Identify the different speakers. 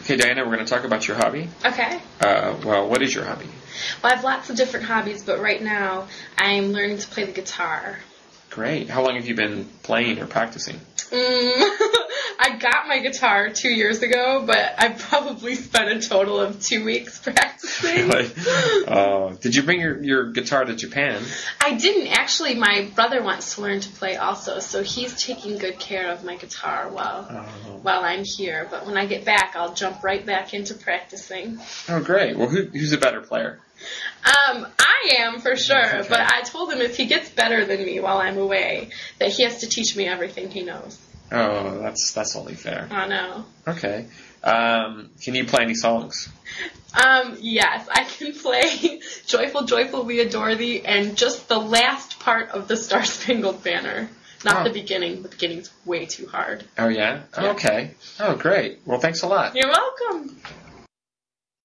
Speaker 1: Okay, Diana, we're going to talk about your hobby.
Speaker 2: Okay.
Speaker 1: Uh, well, what is your hobby?
Speaker 2: Well, I have lots of different hobbies, but right now I'm learning to play the guitar.
Speaker 1: Great. How long have you been playing or practicing?
Speaker 2: Mm, I got my guitar two years ago, but I probably spent a total of two weeks practicing.
Speaker 1: Like, uh, did you bring your, your guitar to Japan?
Speaker 2: I didn't actually. My brother wants to learn to play also, so he's taking good care of my guitar while
Speaker 1: Uh, Oh.
Speaker 2: while I'm here. But when I get back, I'll jump right back into practicing.
Speaker 1: Oh, great. Well, who, who's a better player?
Speaker 2: Um, I am for sure,
Speaker 1: okay.
Speaker 2: but I told him if he gets better than me while I'm away, that he has to teach me everything he knows.
Speaker 1: Oh, that's that's only fair.
Speaker 2: Oh no.
Speaker 1: Okay. Um, can you play any songs?
Speaker 2: Um, yes, I can play Joyful, Joyful, We Adore Thee and just the last part of the Star Spangled Banner. Not
Speaker 1: Oh.
Speaker 2: the beginning. The beginning's way too hard.
Speaker 1: Oh yeah.
Speaker 2: Yeah.
Speaker 1: Okay. Oh great. Well, thanks a lot.
Speaker 2: You're welcome.